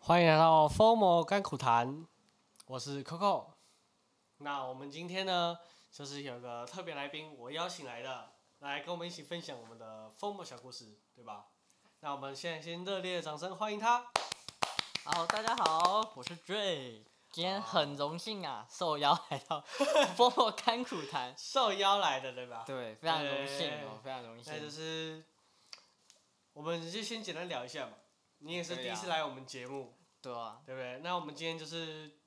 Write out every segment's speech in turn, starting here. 欢迎来到《疯魔甘苦谈》，我是 Coco。那我们今天呢，就是有个特别来宾，我邀请来的，来跟我们一起分享我们的疯魔小故事，对吧？那我们现在先热烈的掌声欢迎他。好，大家好，我是 Dray，今天很哦荣幸啊，受邀来 到《疯魔甘苦谈》，受邀来的，对吧？对，非常荣幸哦，非常荣那就幸。是，我们就先简单聊一下嘛。你也是可以第一次啊来我们节目，对啊，对不对？那我们今天就是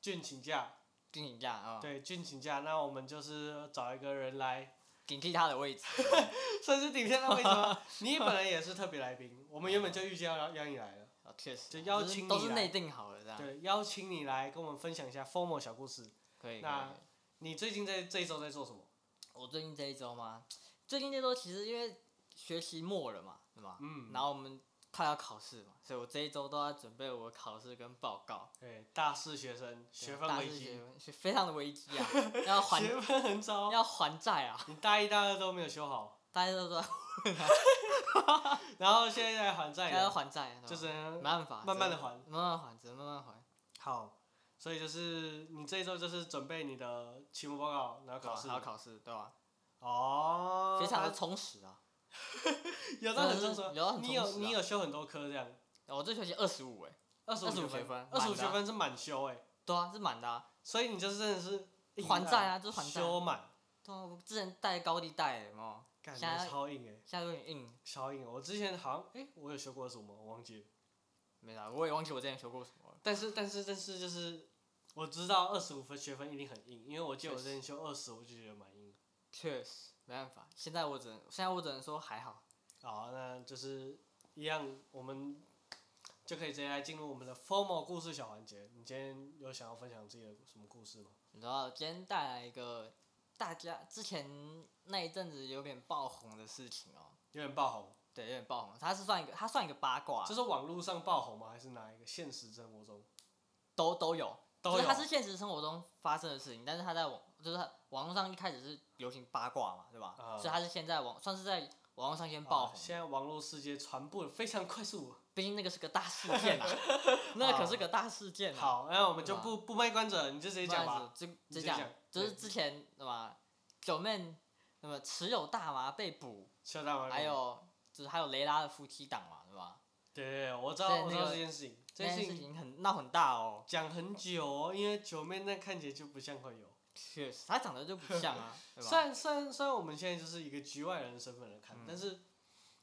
俊请假，跟你一样啊，对，俊请假，那我们就是找一个人来，顶替他的 位置。甚至顶天他为什 么？你本来也是特别来宾，我们原本就预计要邀邀你来了，哦，确实，就邀是请都你是来内定好了这样。对，邀请你来跟我们分享一下 formal 小故事。可以。可以那可以你最近在这一周在做什么？我最近这一周吗？最近这周其实因为学期末了嘛，对吧？嗯，然后我们快要考试嘛，所以我这一周都在准备我的考试跟报告。啊对，大四学生学分大危四机，学分，学非常的危机 啊，要还学分很糟，要还债啊，你大一大二都没有修好，大家都说然后现在在还债大家都了，还债啊，就对吧只能没办法，慢慢的只还。能慢慢还，只能慢慢还。好，所以就是你这一周就是准备你的期末报告，然后对考吧试还。要考试，对吧？哦，非常的啊充实啊！有到很真重的是视，有到很你充有实啊你有修很多科这样，我这学期二十五哎，二十五25学分分，二十五满的啊学分是满修哎，对啊，是满的啊。所以你就是真的是硬还债啊就是还债修满，对啊，我之前带高利贷有没有？感现觉在超硬哎，现在有点硬，超硬欸。我之前好像哎，我有修过什么我忘记了，没啦，我也忘记我之前学过什么了。但是但是但是就是我知道二十五分学分一定很硬，因为我记得我确之实前修二十，我就觉得蛮硬。确实没办法，现在我只能现在我只能说还好。好，啊那就是一样，我们就可以直接来进入我们的 formal 故事小环节。你今天有想要分享自己的什么故事吗？你知道今天带来一个大家之前那一阵子有点爆红的事情哦，有点爆红，对，有点爆红，它是算一个，它算一个八卦这，是网络上爆红吗？还是哪一个现实生活中都都有。都就有？啊是它是现实生活中发生的事情，但是它在网就是它网络上一开始是流行八卦嘛，对吧？啊所以它是现在网算是在网络上先啊爆红，现在网络世界传播的非常快速。毕竟那个是个大事 件啊，那可是个大事件啊。好，那我们就对吧不不卖关子，你就直接这讲样吧。子，直你直直接讲讲，就是对之前对吧？九妹那么持有大麻被捕，小大王，还有就是还有雷拉的夫妻档嘛，对吧？对，对对，我知道，所以我知那道个这件事情，这这件件事事情情很闹很大哦，讲很久哦，因为九妹那看起来就不像会有。确实，他长得就不 像啊，对虽吧？然虽然虽然我们现在就是一个局外人的身份来看，嗯但是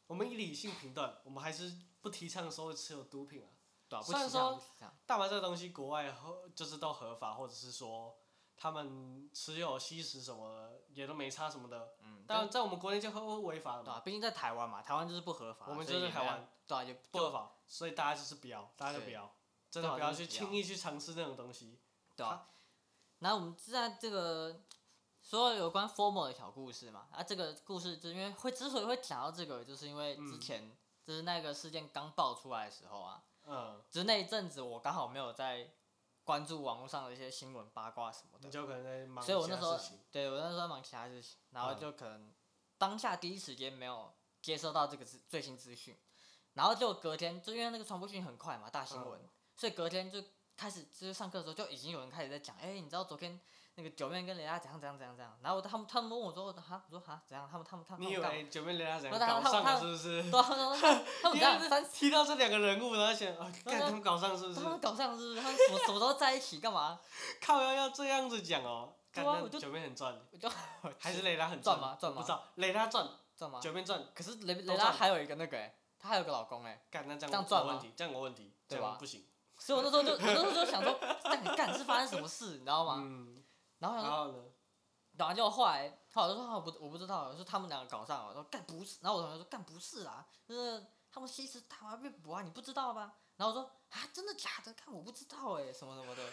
我们以理性评断，我们还是不提倡说持有毒品啊。对啊，不虽然提倡说不提倡大麻这个东西，国外合就是都合法，或者是说他们持有、吸食什么的也都没差什么的。嗯，当然，在我们国内就会违法了对嘛，啊，毕竟在台湾嘛，台湾就是不合法，我们所就以是也台没湾办，对啊，也不合法，所以大家就是不要，大家就不对要，真的对啊不要真去的不要轻易去尝试那种东西。对啊。然后我们在这个说有关 formal 的小故事嘛，啊，这个故事就是因为会之所以会讲到这个，就是因为之嗯前、就是那个事件刚爆出来的时候啊，嗯，就是那一阵子我刚好没有在关注网络上的一些新闻八卦什么你的，就可能在忙其所以我那时他候事情。对我那时候在忙其他事情，然后嗯就可能当下第一时间没有接收到这个资最新资讯，然后就隔天就因为那个传播讯很快嘛，大新闻，嗯所以隔天就开始就是上课的时候就已经有人开始在讲，哎、你知道昨天那个九妹跟雷拉怎样怎样怎样怎样，然后他们他们问我说哈，我说哈怎样，他们他们他们你以他们干嘛为九妹雷他怎样不是他搞上他了是不是？ 对啊，他们他们他们你这看样这三提到这两个人物，然后想啊，干对啊他们搞上是不是他？们搞上是不是？他们什么什么时候在一起干嘛？靠要要这样子讲哦，对干啊那我就九妹很赚，我就还是蕾拉很赚吗赚吗我不知道蕾拉赚，知道吗？九妹赚，可是雷都雷拉赚还有一个那个哎、她还有个老公哎、干那这样这样我赚有吗问题，这样我有问题，对吧这样不行。所以我那时候就，我那时候就想说，干干是发生什么事，你知道吗？嗯，然后我然想说，后呢？然后就后来，后来我就说，啊我不我不知道，我说他们两个搞上了，我说干不是，然后我同学说干不是啊，就是他们吸食大麻被捕啊，你不知道吧？然后我说啊，真的假的？看我不知道哎、什么什么的。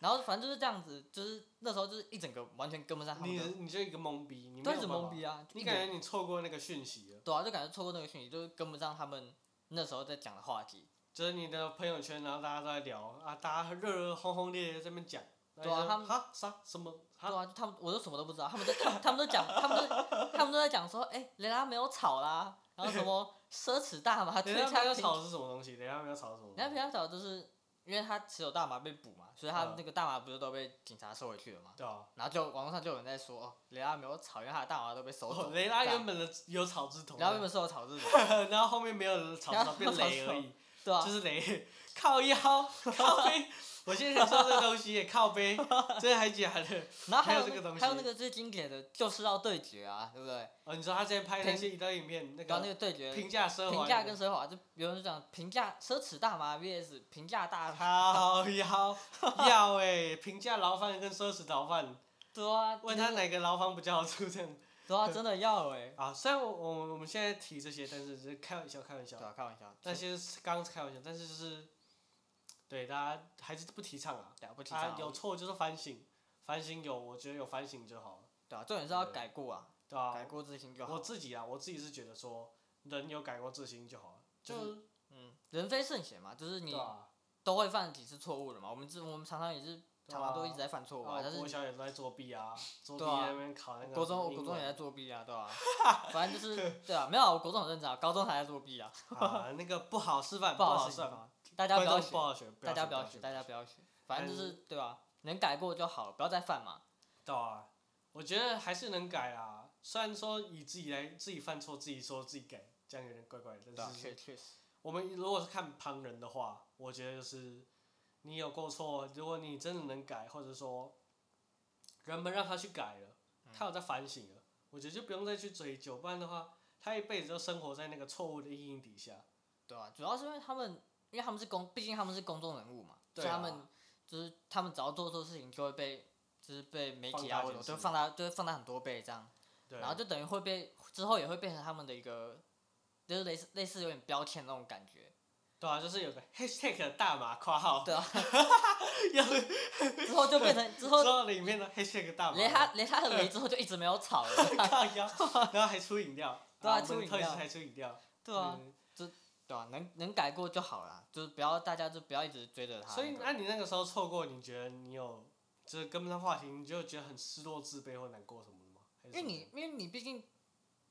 然后反正就是这样子，就是那时候就是一整个完全跟不上他们你的，你就一个懵逼，你没都有一直办懵法，逼啊，就你一感点觉你错过那个讯息了，对啊，就感觉错过那个讯息，就是跟不上他们那时候在讲的话题。就是你的朋友圈，然后大家都在聊啊，大家热热轰轰烈烈在那边讲，然后对啊你就他们哈啥什么对哈啊，就他们我都什么都不知道，他们都他们都讲，他们都他们都在讲说，哎、雷拉没有吵啦，然后什么奢侈 大麻等推一下他销们要啊平炒的是什么东西？等一下他们要炒的是什么人家东平西？常找就是因为他持有大麻被捕嘛，所以他嗯那个大麻不是都被警察收回去了嘛？对啊，然后就网络上就有人在说，哦，雷拉没有草，因为他的大麻都被收哦 走。雷拉这样原本的有草字头，啊然后原本是有草 字头，然后后面没有人炒然到后变雷草而已，对啊就，是雷靠腰靠背。我现在才知道这个东西耶，靠背，真的还假的？然后还没有有这个那东还有西那个最经典的就是要对决啊，对不对？哦，你说他之前拍那评些一段影片，那然后那个个对决，评价奢华那个，评价跟奢华，就有人就讲评价奢侈大麻 VS 评价大麻，好要要哎，评价牢饭跟奢侈牢饭，对啊，问就他是哪个牢房比较好住这样对啊，真的要哎，啊？虽然我我我们现在提这些，但是只是开玩笑，开玩笑对。啊，开玩笑，那些是刚刚是开玩笑，但是就是，对大家还是不提倡啊。对啊，不提倡啊，有啊，错就是反省，反省有，我觉得有反省就好了，对啊，重点是要对改过啊，对吧、改过自新就我好。自己啊，我自己是觉得说，人有改过自新就好了，就就嗯，人非圣贤嘛，就是你对啊。都会犯几次错误的嘛。我们这我们常常也是对常常都啊一直在犯错误啊，啊但，是国小也都在作弊啊，作弊对啊在那边考那个国中我英国中也在文作弊啊，对吧、反正就是 对啊，没有啊，我国中很认真啊，高中还在作弊啊，啊，那个不好示范，不好示示范，范，大家不要观众学不，好学，大家不不要要学，学，大家不要学，反正就但是对吧、能改过就好了，不要再犯嘛。对啊，我觉得还是能改啦。虽然说以自己来自己犯错，自己说自己改，这样有点怪怪的。对啊但，是确确实，我们如果是看旁人的话，我觉得就是你有过错，如果你真的能改，或者说人们让他去改了，嗯他有在反省了，我觉得就不用再去追究，不然的话，他一辈子都生活在那个错误的阴影底下。对啊，主要是因为他们，因为他们是公，毕竟他们是公众人物嘛，对所以啊他们就是他们只要做错事情就会被。就是被媒放体大啊，检或者就视放大，就会放大很多倍这样，对，然后就等于会被之后也会变成他们的一个，就是类似类似有点标签那种感觉，对啊，就是有个 hashtag 的大麻括号，对啊， 有之后就 变成之之后后里面的 hashtag 大麻雷他雷他 的雷之后就一直没有炒了， 靠腰， 然后还出饮料，对啊我们出饮特料意还出饮料，对啊嗯对啊，能能改过就好啦，就是不要大家就不要一直追着他那所个。以，那你那个时候错过，你觉得你有就是跟不上话题，你就觉得很失落、自卑或难过什么的吗？还因是为你因为你毕竟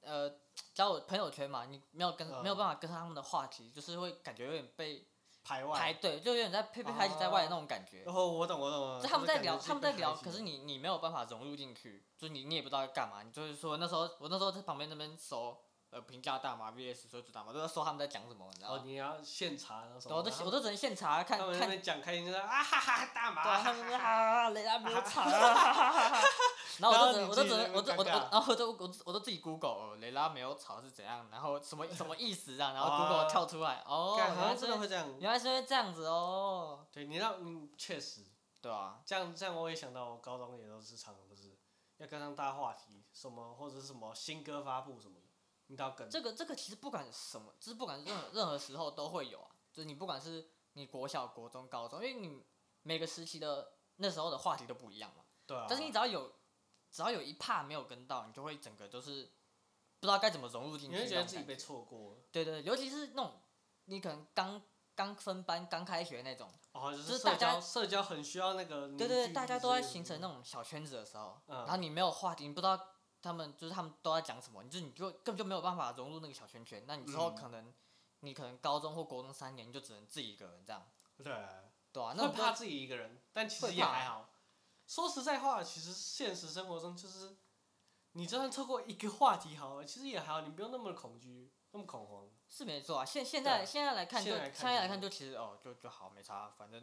呃交友朋友圈嘛，你没有跟嗯没有办法跟上他们的话题，就是会感觉有点被排排外，队，就有点在被被排挤在外的那种感觉。然哦后我懂我懂我懂，就他们嗯就是在感觉聊，自己他们在被聊，排挤可是你你没有办法融入进去，就你你也不知道要干嘛。你就是说那时候我那时候在旁边那边搜呃评价大麻 VS 说主大麻，都在搜他们在讲什么，你知道哦吗？你要现查然后什么，然后我都然后我都只能现查看他们在那看边讲开心就是啊哈哈大麻，对啊，哈他们哈哈啊，雷拉没有惨啊， 然后我就只能我就只能我就我就我然后我就我我都自己 Google 哦雷拉没有吵是怎样，然后什么什么意思啊，然后 Google 跳出来哦，干好原来像是真的会会这样，原来是会这样子哦，对你让嗯确实对啊，这样这样我也想到，我高中也都是常常就是要跟上大话题，什么或者是什么新歌发布什么的，你都要跟。这个这个其实不管什么，就是不管任何任何时候都会有啊，就是你不管是你国小、国中、高中，因为你每个时期的那时候的话题都不一样嘛，对啊。但是你只要有只要有一 part 没有跟到，你就会整个都是不知道该怎么融入进你去那会种觉感，得自己被错过了，对对，对尤其是那种你可能刚刚分班、刚开学那种，哦，就就是是社大家交社交很需要那个凝聚力对之类的。对，对大家都在形成那种小圈子的时候，嗯然后你没有话题，你不知道他们就是他们都在讲什么，你就你就根本就没有办法融入那个小圈圈。那你之后嗯可能、你可能高中或国中三年，你就只能自己一个人这样，对，对啊，那会种怕就自己一个人，但其会实也怕还好。说实在话，其实现实生活中就是，你就算错过一个话题好了，其实也还好，你不用那么恐惧，那么恐慌。是没错啊。现现对啊在现在来看就现在来看现在来就是看就其实哦就就好没差，反正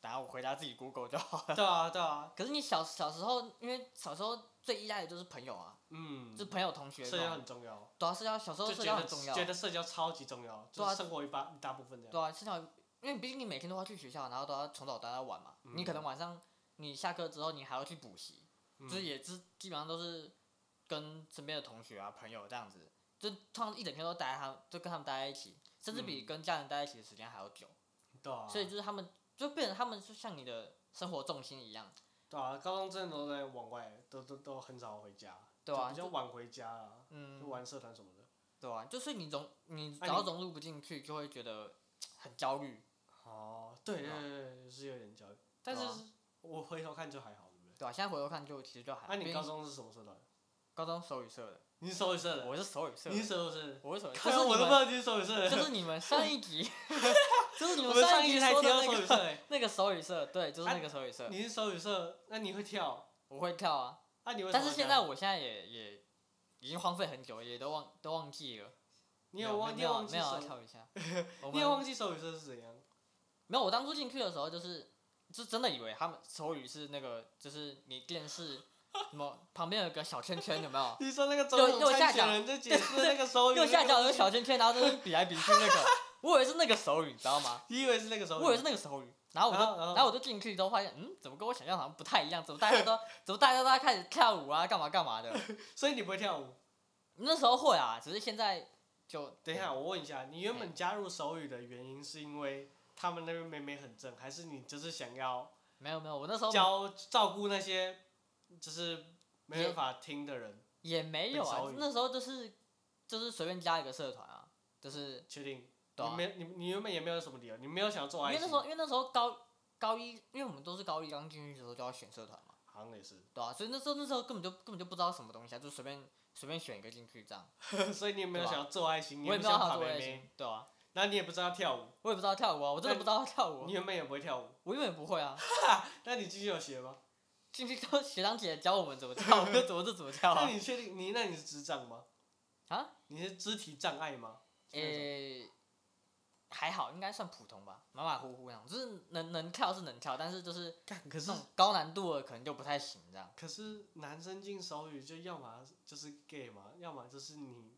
等下我回家自己 Google 就 好了。对啊，对啊，可是你小小时候，因为小时候最依赖的就是朋友啊，嗯 就，朋友同学社这交种，很重要，对啊，社交小时候就社觉交得很重要啊，觉得社交超级重要，就对啊是生活一大一大部分这样。对啊，至少因为毕竟你每天都要去学校，然后都要从早待到晚嘛。你可能晚上你下课之后，你还要去补习，嗯就是也是基本上都是跟身边的同学啊、朋友这样子，就通常一整天都待在他们，就跟他们待在一起，甚至嗯比跟家人待在一起的时间还要久。对啊，所以就是他们就变成他们就像你的生活重心一样，对啊，高中真的都在往外，都都都很少回家，对啊就比较晚回家啊，就嗯，玩社团什么的。对啊，就是你融你只哎要你融入不进去，就会觉得很焦虑，哦，对对对吧啊对对，是有点焦虑，但对是啊我回头看就还好，对不对？对吧、现在回头看就其实就还好，那、毕你竟高中是什么社团？高中手语社的，你是手语社的，我是手语社你的，是手语社的，我是手语，就看啊是我都你不知们，道你是手语社的。就是你们上一集，就是你我们们上上一一集集才说提的到那手个语社哎、 那个手语社，对，就是啊那个手语社，你是手语社，那你会跳？我会跳啊，那、你为什但么是会现在跳我现在也也已经荒废很久了，也都忘都忘记了。你没有忘，你没有有啊忘记没有手，要跳一下？ 我你们哦有忘记手语社是怎样？没有，我当初进去的时候就是就真的以为他们手语是那个，就是你电视什么旁边有个小圈圈，有没有？你说那个总右统右参下选角人在解释那个 手语， 右下那个角有个小圈圈，然后就是比来比去 那个，我以为是那个手语，你知道吗？你以为是那个手语？啊我以为是那个手语，然后我就然后然后然后我就进去之后发现，嗯，怎么跟我想象好像不太一样？怎么大家 都怎么大家都在开始跳舞啊，干嘛干嘛的？所以你不会跳舞？那时候会啊，只是现在就等一下，我问一下，你原本嘿加入手语的原因是因为他们那边妹妹很正，还是你就是想要没有没有，我那时候教照顾那些就是没办也法听的人？也没有很啊少，那时候就是就是随便加一个社团啊，就是确定？对啊你没你你原本也没有什么理由，你没有想要做因爱为心那时，候因为那时候高高一，因为我们都是高一刚进去的时候就要选社团嘛，好像也是， 对啊，所以那时候那时候根本就根本就不知道什么东西啊，就随便随便选一个进去这样，所以你也没有对啊想要做爱心，你我也不不知想道他把做妹爱妹，心，对啊，然后你也不知道跳舞，我也不知道跳舞啊，我真的不知道跳舞你啊，原本也不会跳舞，我永远不会啊，那你进去有学 吗？进去之后学长姐教我们 怎么跳，我就怎么就怎么跳那 啊，你确定你那你是智障吗？啊？你是肢体障碍吗？诶、诶、还好，应该算普通吧，马马虎虎那种，就是能能跳是能跳，但是就是干可这是种高难度的可能就不太行这样。可是男生进手语就要么就是 gay 嘛，要么就是你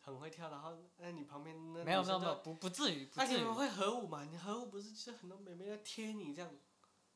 很会跳，然后那你旁边那没有女没生都有没有，，不不至于不那、至你于们，会合舞嘛？你合舞不是就是很多妹妹在贴你这样，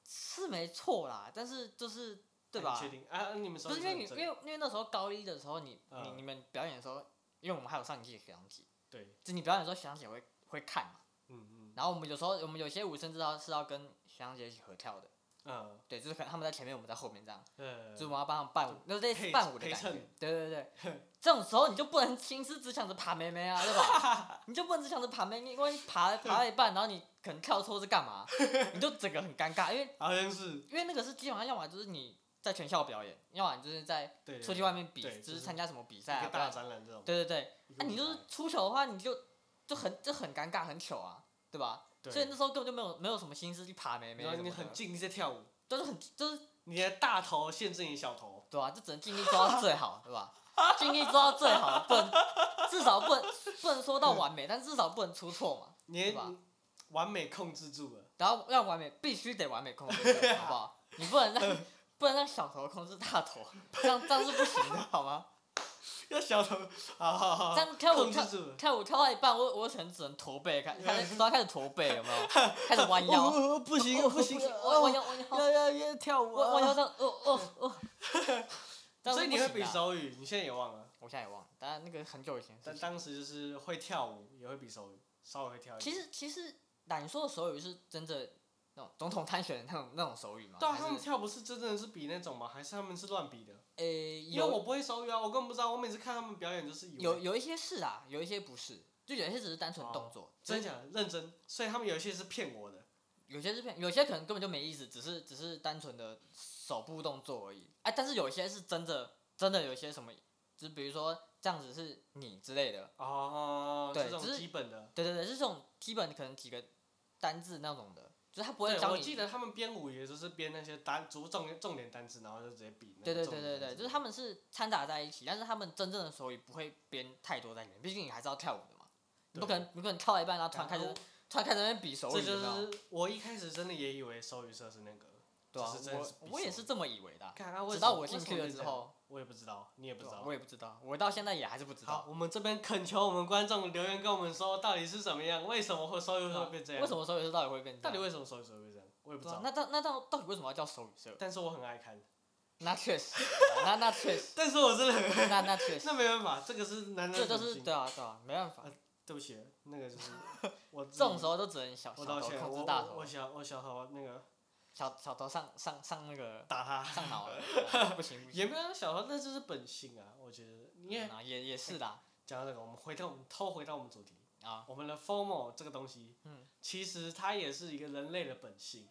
是没错啦，但是就是对啊吧你？确定啊？啊你们手不语是因为你因为因为那时候高一的时候你，你嗯你们表演的时候，因为我们还有上一届学长姐，对，就你表演的时候学长姐会会看嘛，嗯嗯然后我们有时候我们有些舞甚至要是要跟学长姐一起合跳的，嗯对，就是可能他们在前面，我们在后面这样，呃就是我们要帮他们伴舞，就是类似陪伴舞的陪感觉衬，对对对，这种时候你就不能心思只想着爬妹妹啊，对吧？你就不能只想着爬妹妹，因为你爬爬到一半，然后你可能跳错是干嘛， 你就整个很尴尬，因为。好像是因为那个是基本上要么就是你在全校表演，要么你就是在对对出去对外面比，对就就是是参加什么比赛一啊个，不大然展览这种，对对对，那那、你就是出糗的话，你就就很就很尴尬，很糗啊，对吧？所以那时候根本就没有没有什么心思去爬妹妹然什后你么很的，近你在跳舞，就是很就是你的大头限制你小头，对啊，就只能尽力做到最好，对吧？尽力做到最好，不能至少不能不能说到完美，但至少不能出错嘛。你对吧你完美控制住了。 然后要完美，必须得完美控制住，好不好？你不能 让不能让小头控制大头，这样这样是不行的，好吗？要小头，好好好，这样跳舞控制跳住了。跳舞跳到一半，我我可能只能驼背，开开始突然开始驼背，有没有？开始 弯腰，哦，不行，不行，弯弯腰弯腰要要要跳舞弯弯腰啊！这样，哦哦 哦。这样所以是你不会行比的啊，手语，你现在也忘了，我现在也忘了，但那个很久以前的但事情。当时就是会跳舞，也会比手语，稍微会跳一其点。实其实，懒说的手语是真的那种总统参选的那种那种手语吗？对啊，还他们是跳不是真正是比那种吗？还是他们是乱比的？诶，因为有我不会手语啊，我根本不知道。我每次看他们表演就是以为有有一些是啊，有一些不是，就有一些只是单纯哦动作，真假的认真，所以他们有一些是骗我的。有些是骗，有些可能根本就没意思，只是只是单纯的手部动作而已。哎、但是有些是真的，真的有些什么，就比如说这样子是你之类的，哦，对这种只是基本的。对对对，是这种基本可能几个单字那种的，就是他不会对，教我你。记得他们编舞也就是编那些单主重重点单词，然后就直接比那对个对重对点单词。对对，就是他们是掺杂在一起，但是他们真正的手语不会编太多在里面，毕竟你还是要跳舞的嘛，你不可对能你不可能跳到一半然后突然开始然后突然开始在那边比手这语，有就没有？是我一开始真的也以为手语社是那个，对啊就是真的是，我比我也手是语这么以为的啊、看啊，为直什到么我进去了之，为什么变后，成我也不知道，你也不知对啊道。我也不知道，我到现在也还是不知道好。，我们这边恳求我们观众留言跟我们说，到底是怎么样，为什么会手语社会变这样？为什么手语社到底会变这到样？底为什么手语社会变这样？我也不知对道。啊那到那到到底为什么要叫手语社？但是我很爱看，那确实，啊那那确实，但是我真的 很，那 那确实，那没办法，这个是男人这的就本是性对啊对啊，没办法，对不起，那个就是我这种时候候都只能小我小道头歉，我控制大我头我，小我小头那个小小头上上上那个打他，上脑 了，对啊不行不行，也没有小头，那就是本性啊，我觉得你也啊也也是的啊讲到这个，我们回到我们偷回到我们主题，啊，我们的 formal 这个东西，嗯其实它也是一个人类的本性，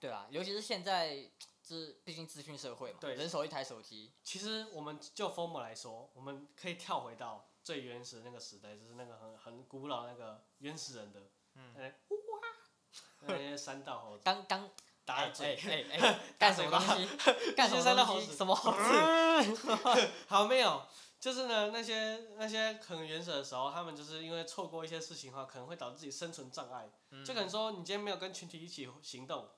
对啊，尤其是现在就是毕竟资讯社会嘛，对人手一台手机，其实我们就 formal 来说，我们可以跳回到最原始的那个时代，就是那个很很古老那个原始人的，嗯哎，哇，那些山道猴子刚刚打哎着嘴，哎哎哎 干什么东 西？干什先生么的东猴西？子什么猴子？ 好没有，就是呢那些那些很原始的时候，他们就是因为错过一些事情的话，可能会导致自己生存障碍，嗯就可能说你今天没有跟群体一起行动，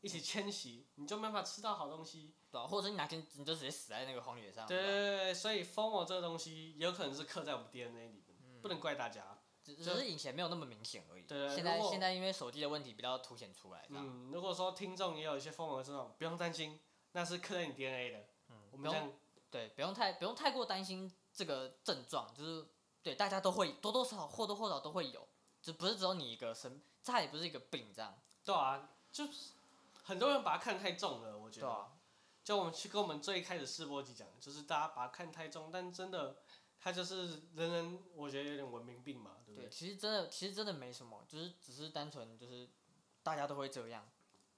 一起迁徙，你就没法吃到好东西。对啊或者你哪天你就直接死在那个荒野上，对对吧，对对，所以 formal 这个东西有可能是刻在我们 DNA 里面，嗯不能怪大家。只就只是以前没有那么明显而已。对现如在果现在因为手机的问题比较凸显出来，这样嗯，如果说听众也有一些 formal 这种，不用担心，那是刻在你 DNA 的。我们嗯不这用样对，不用太不用太过担心这个症状，就是对大家都会多多少少或多或少都会有，就不是只有你一个生，这它也不是一个病这样。对啊，就是很多人把它看太重了，我觉得。对啊就我们去跟我们最开始试播集讲的，就是大家把它看太重，但真的，它就是人人我觉得有点文明病嘛，对不对？对，其实真的其实真的没什么，就是只是单纯就是大家都会这样，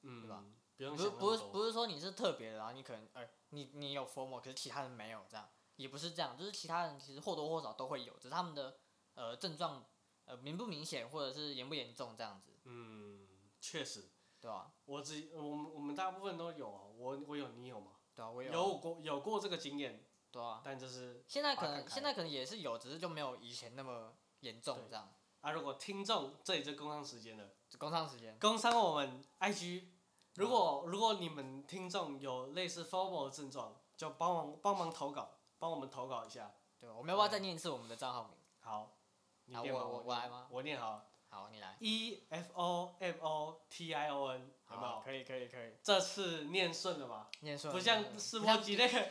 嗯，对吧不用不想那是么不是多。不是说你是特别的，然后你可能哎、你你有 formal，可是其他人没有这样，也不是这样，就是其他人其实或多或少都会有，只是他们的呃症状呃明不明显或者是严不严重这样子，嗯，确实，对吧、我自己我们我们大部分都有啊，我我有你有吗？对啊，我也有过有过这个经验，对啊。但就是现在可把它能看开现在可能也是有，只是就没有以前那么严重对这样。啊，如果听众这里就工商时间了，工商时间，工商我们 IG，如果、嗯如果你们听众有类似 formal 的症状，就帮忙帮忙投稿，帮我们投稿一下。对，我们要不要再念一次我们的账号名？好，你啊念我吧，我我来吗？我念好好，你来。 ，E F O M O T I O N，有没有？可以可以可以，这次念顺了吧？念顺。不念像顺世波级那个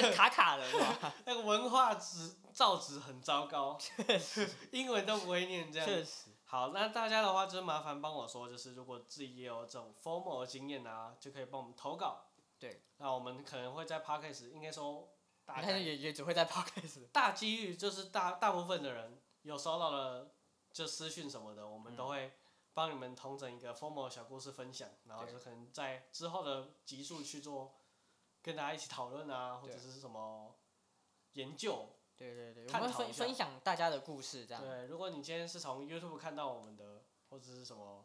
个卡卡的是吧？那个文化值造纸很糟糕， 英文都不会念这样。确实。好，那大家的话就是麻烦帮我说，就是如果自己也有这种 formal 的经验啊，就可以帮我们投稿。对，那我们可能会在 podcast 应该说大但是概也也只会在 podcast。大机遇就是大大部分的人有收到了就私讯什么的，我们嗯都会帮你们统整一个 formal 的小故事分享，然后对就可能在之后的集数去做跟大家一起讨论啊，或者是什么研究。对对对，我探们讨一分下分享大家的故事这样。对，如果你今天是从 YouTube 看到我们的，或者是什么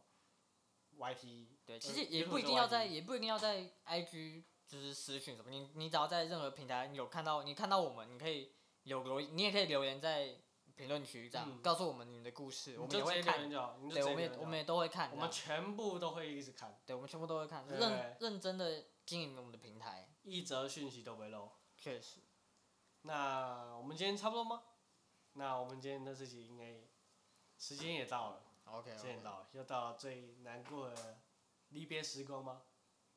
YT，对，呃其实也 YouTube 不一的定要 YT 在，也不一定要在 IG 就是私讯什么，你你只要在任何平台你有看到，你看到我们，你可以有留，你也可以留言在评论区这样，嗯告诉我们你们的故事，我你们就也直接会留看，言就好，你就直对，接我留们也言就我好们也都会看我这们样，全部都会一直看，对，我们全部都会看，对认认真的经营我们的平台，一则讯息都不会漏。确实，那我们今天差不多吗？那我们今天的事情应该时间也到了， OK，时间也到了，又到了最难过的离别时光吗？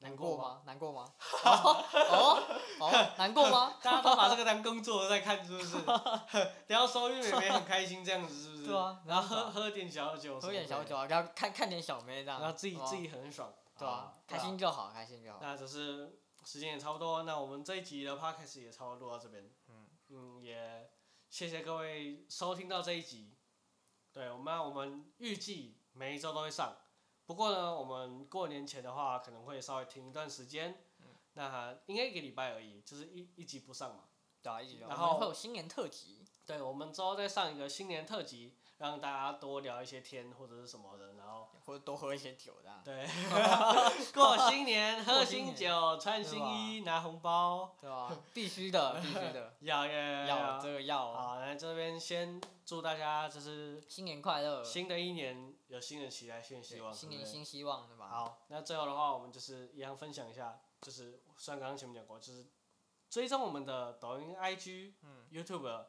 难过过？吗？难 过吗？哦哦哦，难过吗？大家都把这个当工作在看，是不是？ 然后收玉妹妹很开心这样子，是不是？ 对啊，然后喝喝点小酒，喝点小，酒啊，然后看看点小妹这样，然后自己哦自己哦啊很爽，对啊，开心就好，开心就好。那就是时间也差不多，那我们这一集的 podcast 也差不多录到这边。嗯嗯也谢谢各位收听到这一集。对，我们我们预计每一周都会上，不过呢，我们过年前的话可能会稍微停一段时间。嗯那应该一个礼拜而已，就是一一集不上嘛。对啊，一起聊。然我们后会有新年特辑，对，我们之后再上一个新年特辑，让大家多聊一些天或者是什么的，然后或者多喝一些酒这 样， 对，过新年喝过新新年酒，穿对新吧衣，拿红包。，对吧、必须的，必须的 要要要这个要，哎好，那这边先祝大家就是新年快乐，新的一年有新的期待，新的希望。对新对不年对新希望，对吧？好，那最后的话，我们就是一样分享一下，就是虽然刚刚前面讲过，就是追踪我们的抖音、IG、YouTube，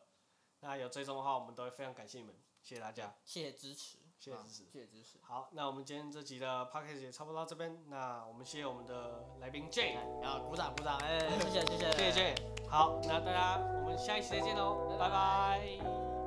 那有追踪的话，我们都会非常感谢你们，谢谢大家。谢谢支持，谢谢啊支持谢谢支持。好，那我们今天这集的 p o c a s t 也差不多到这边，那我们谢谢我们的来宾 J，来哎然后鼓掌鼓掌，哎、谢谢谢谢谢谢 J。好，那大家我们下一期再见喽，拜拜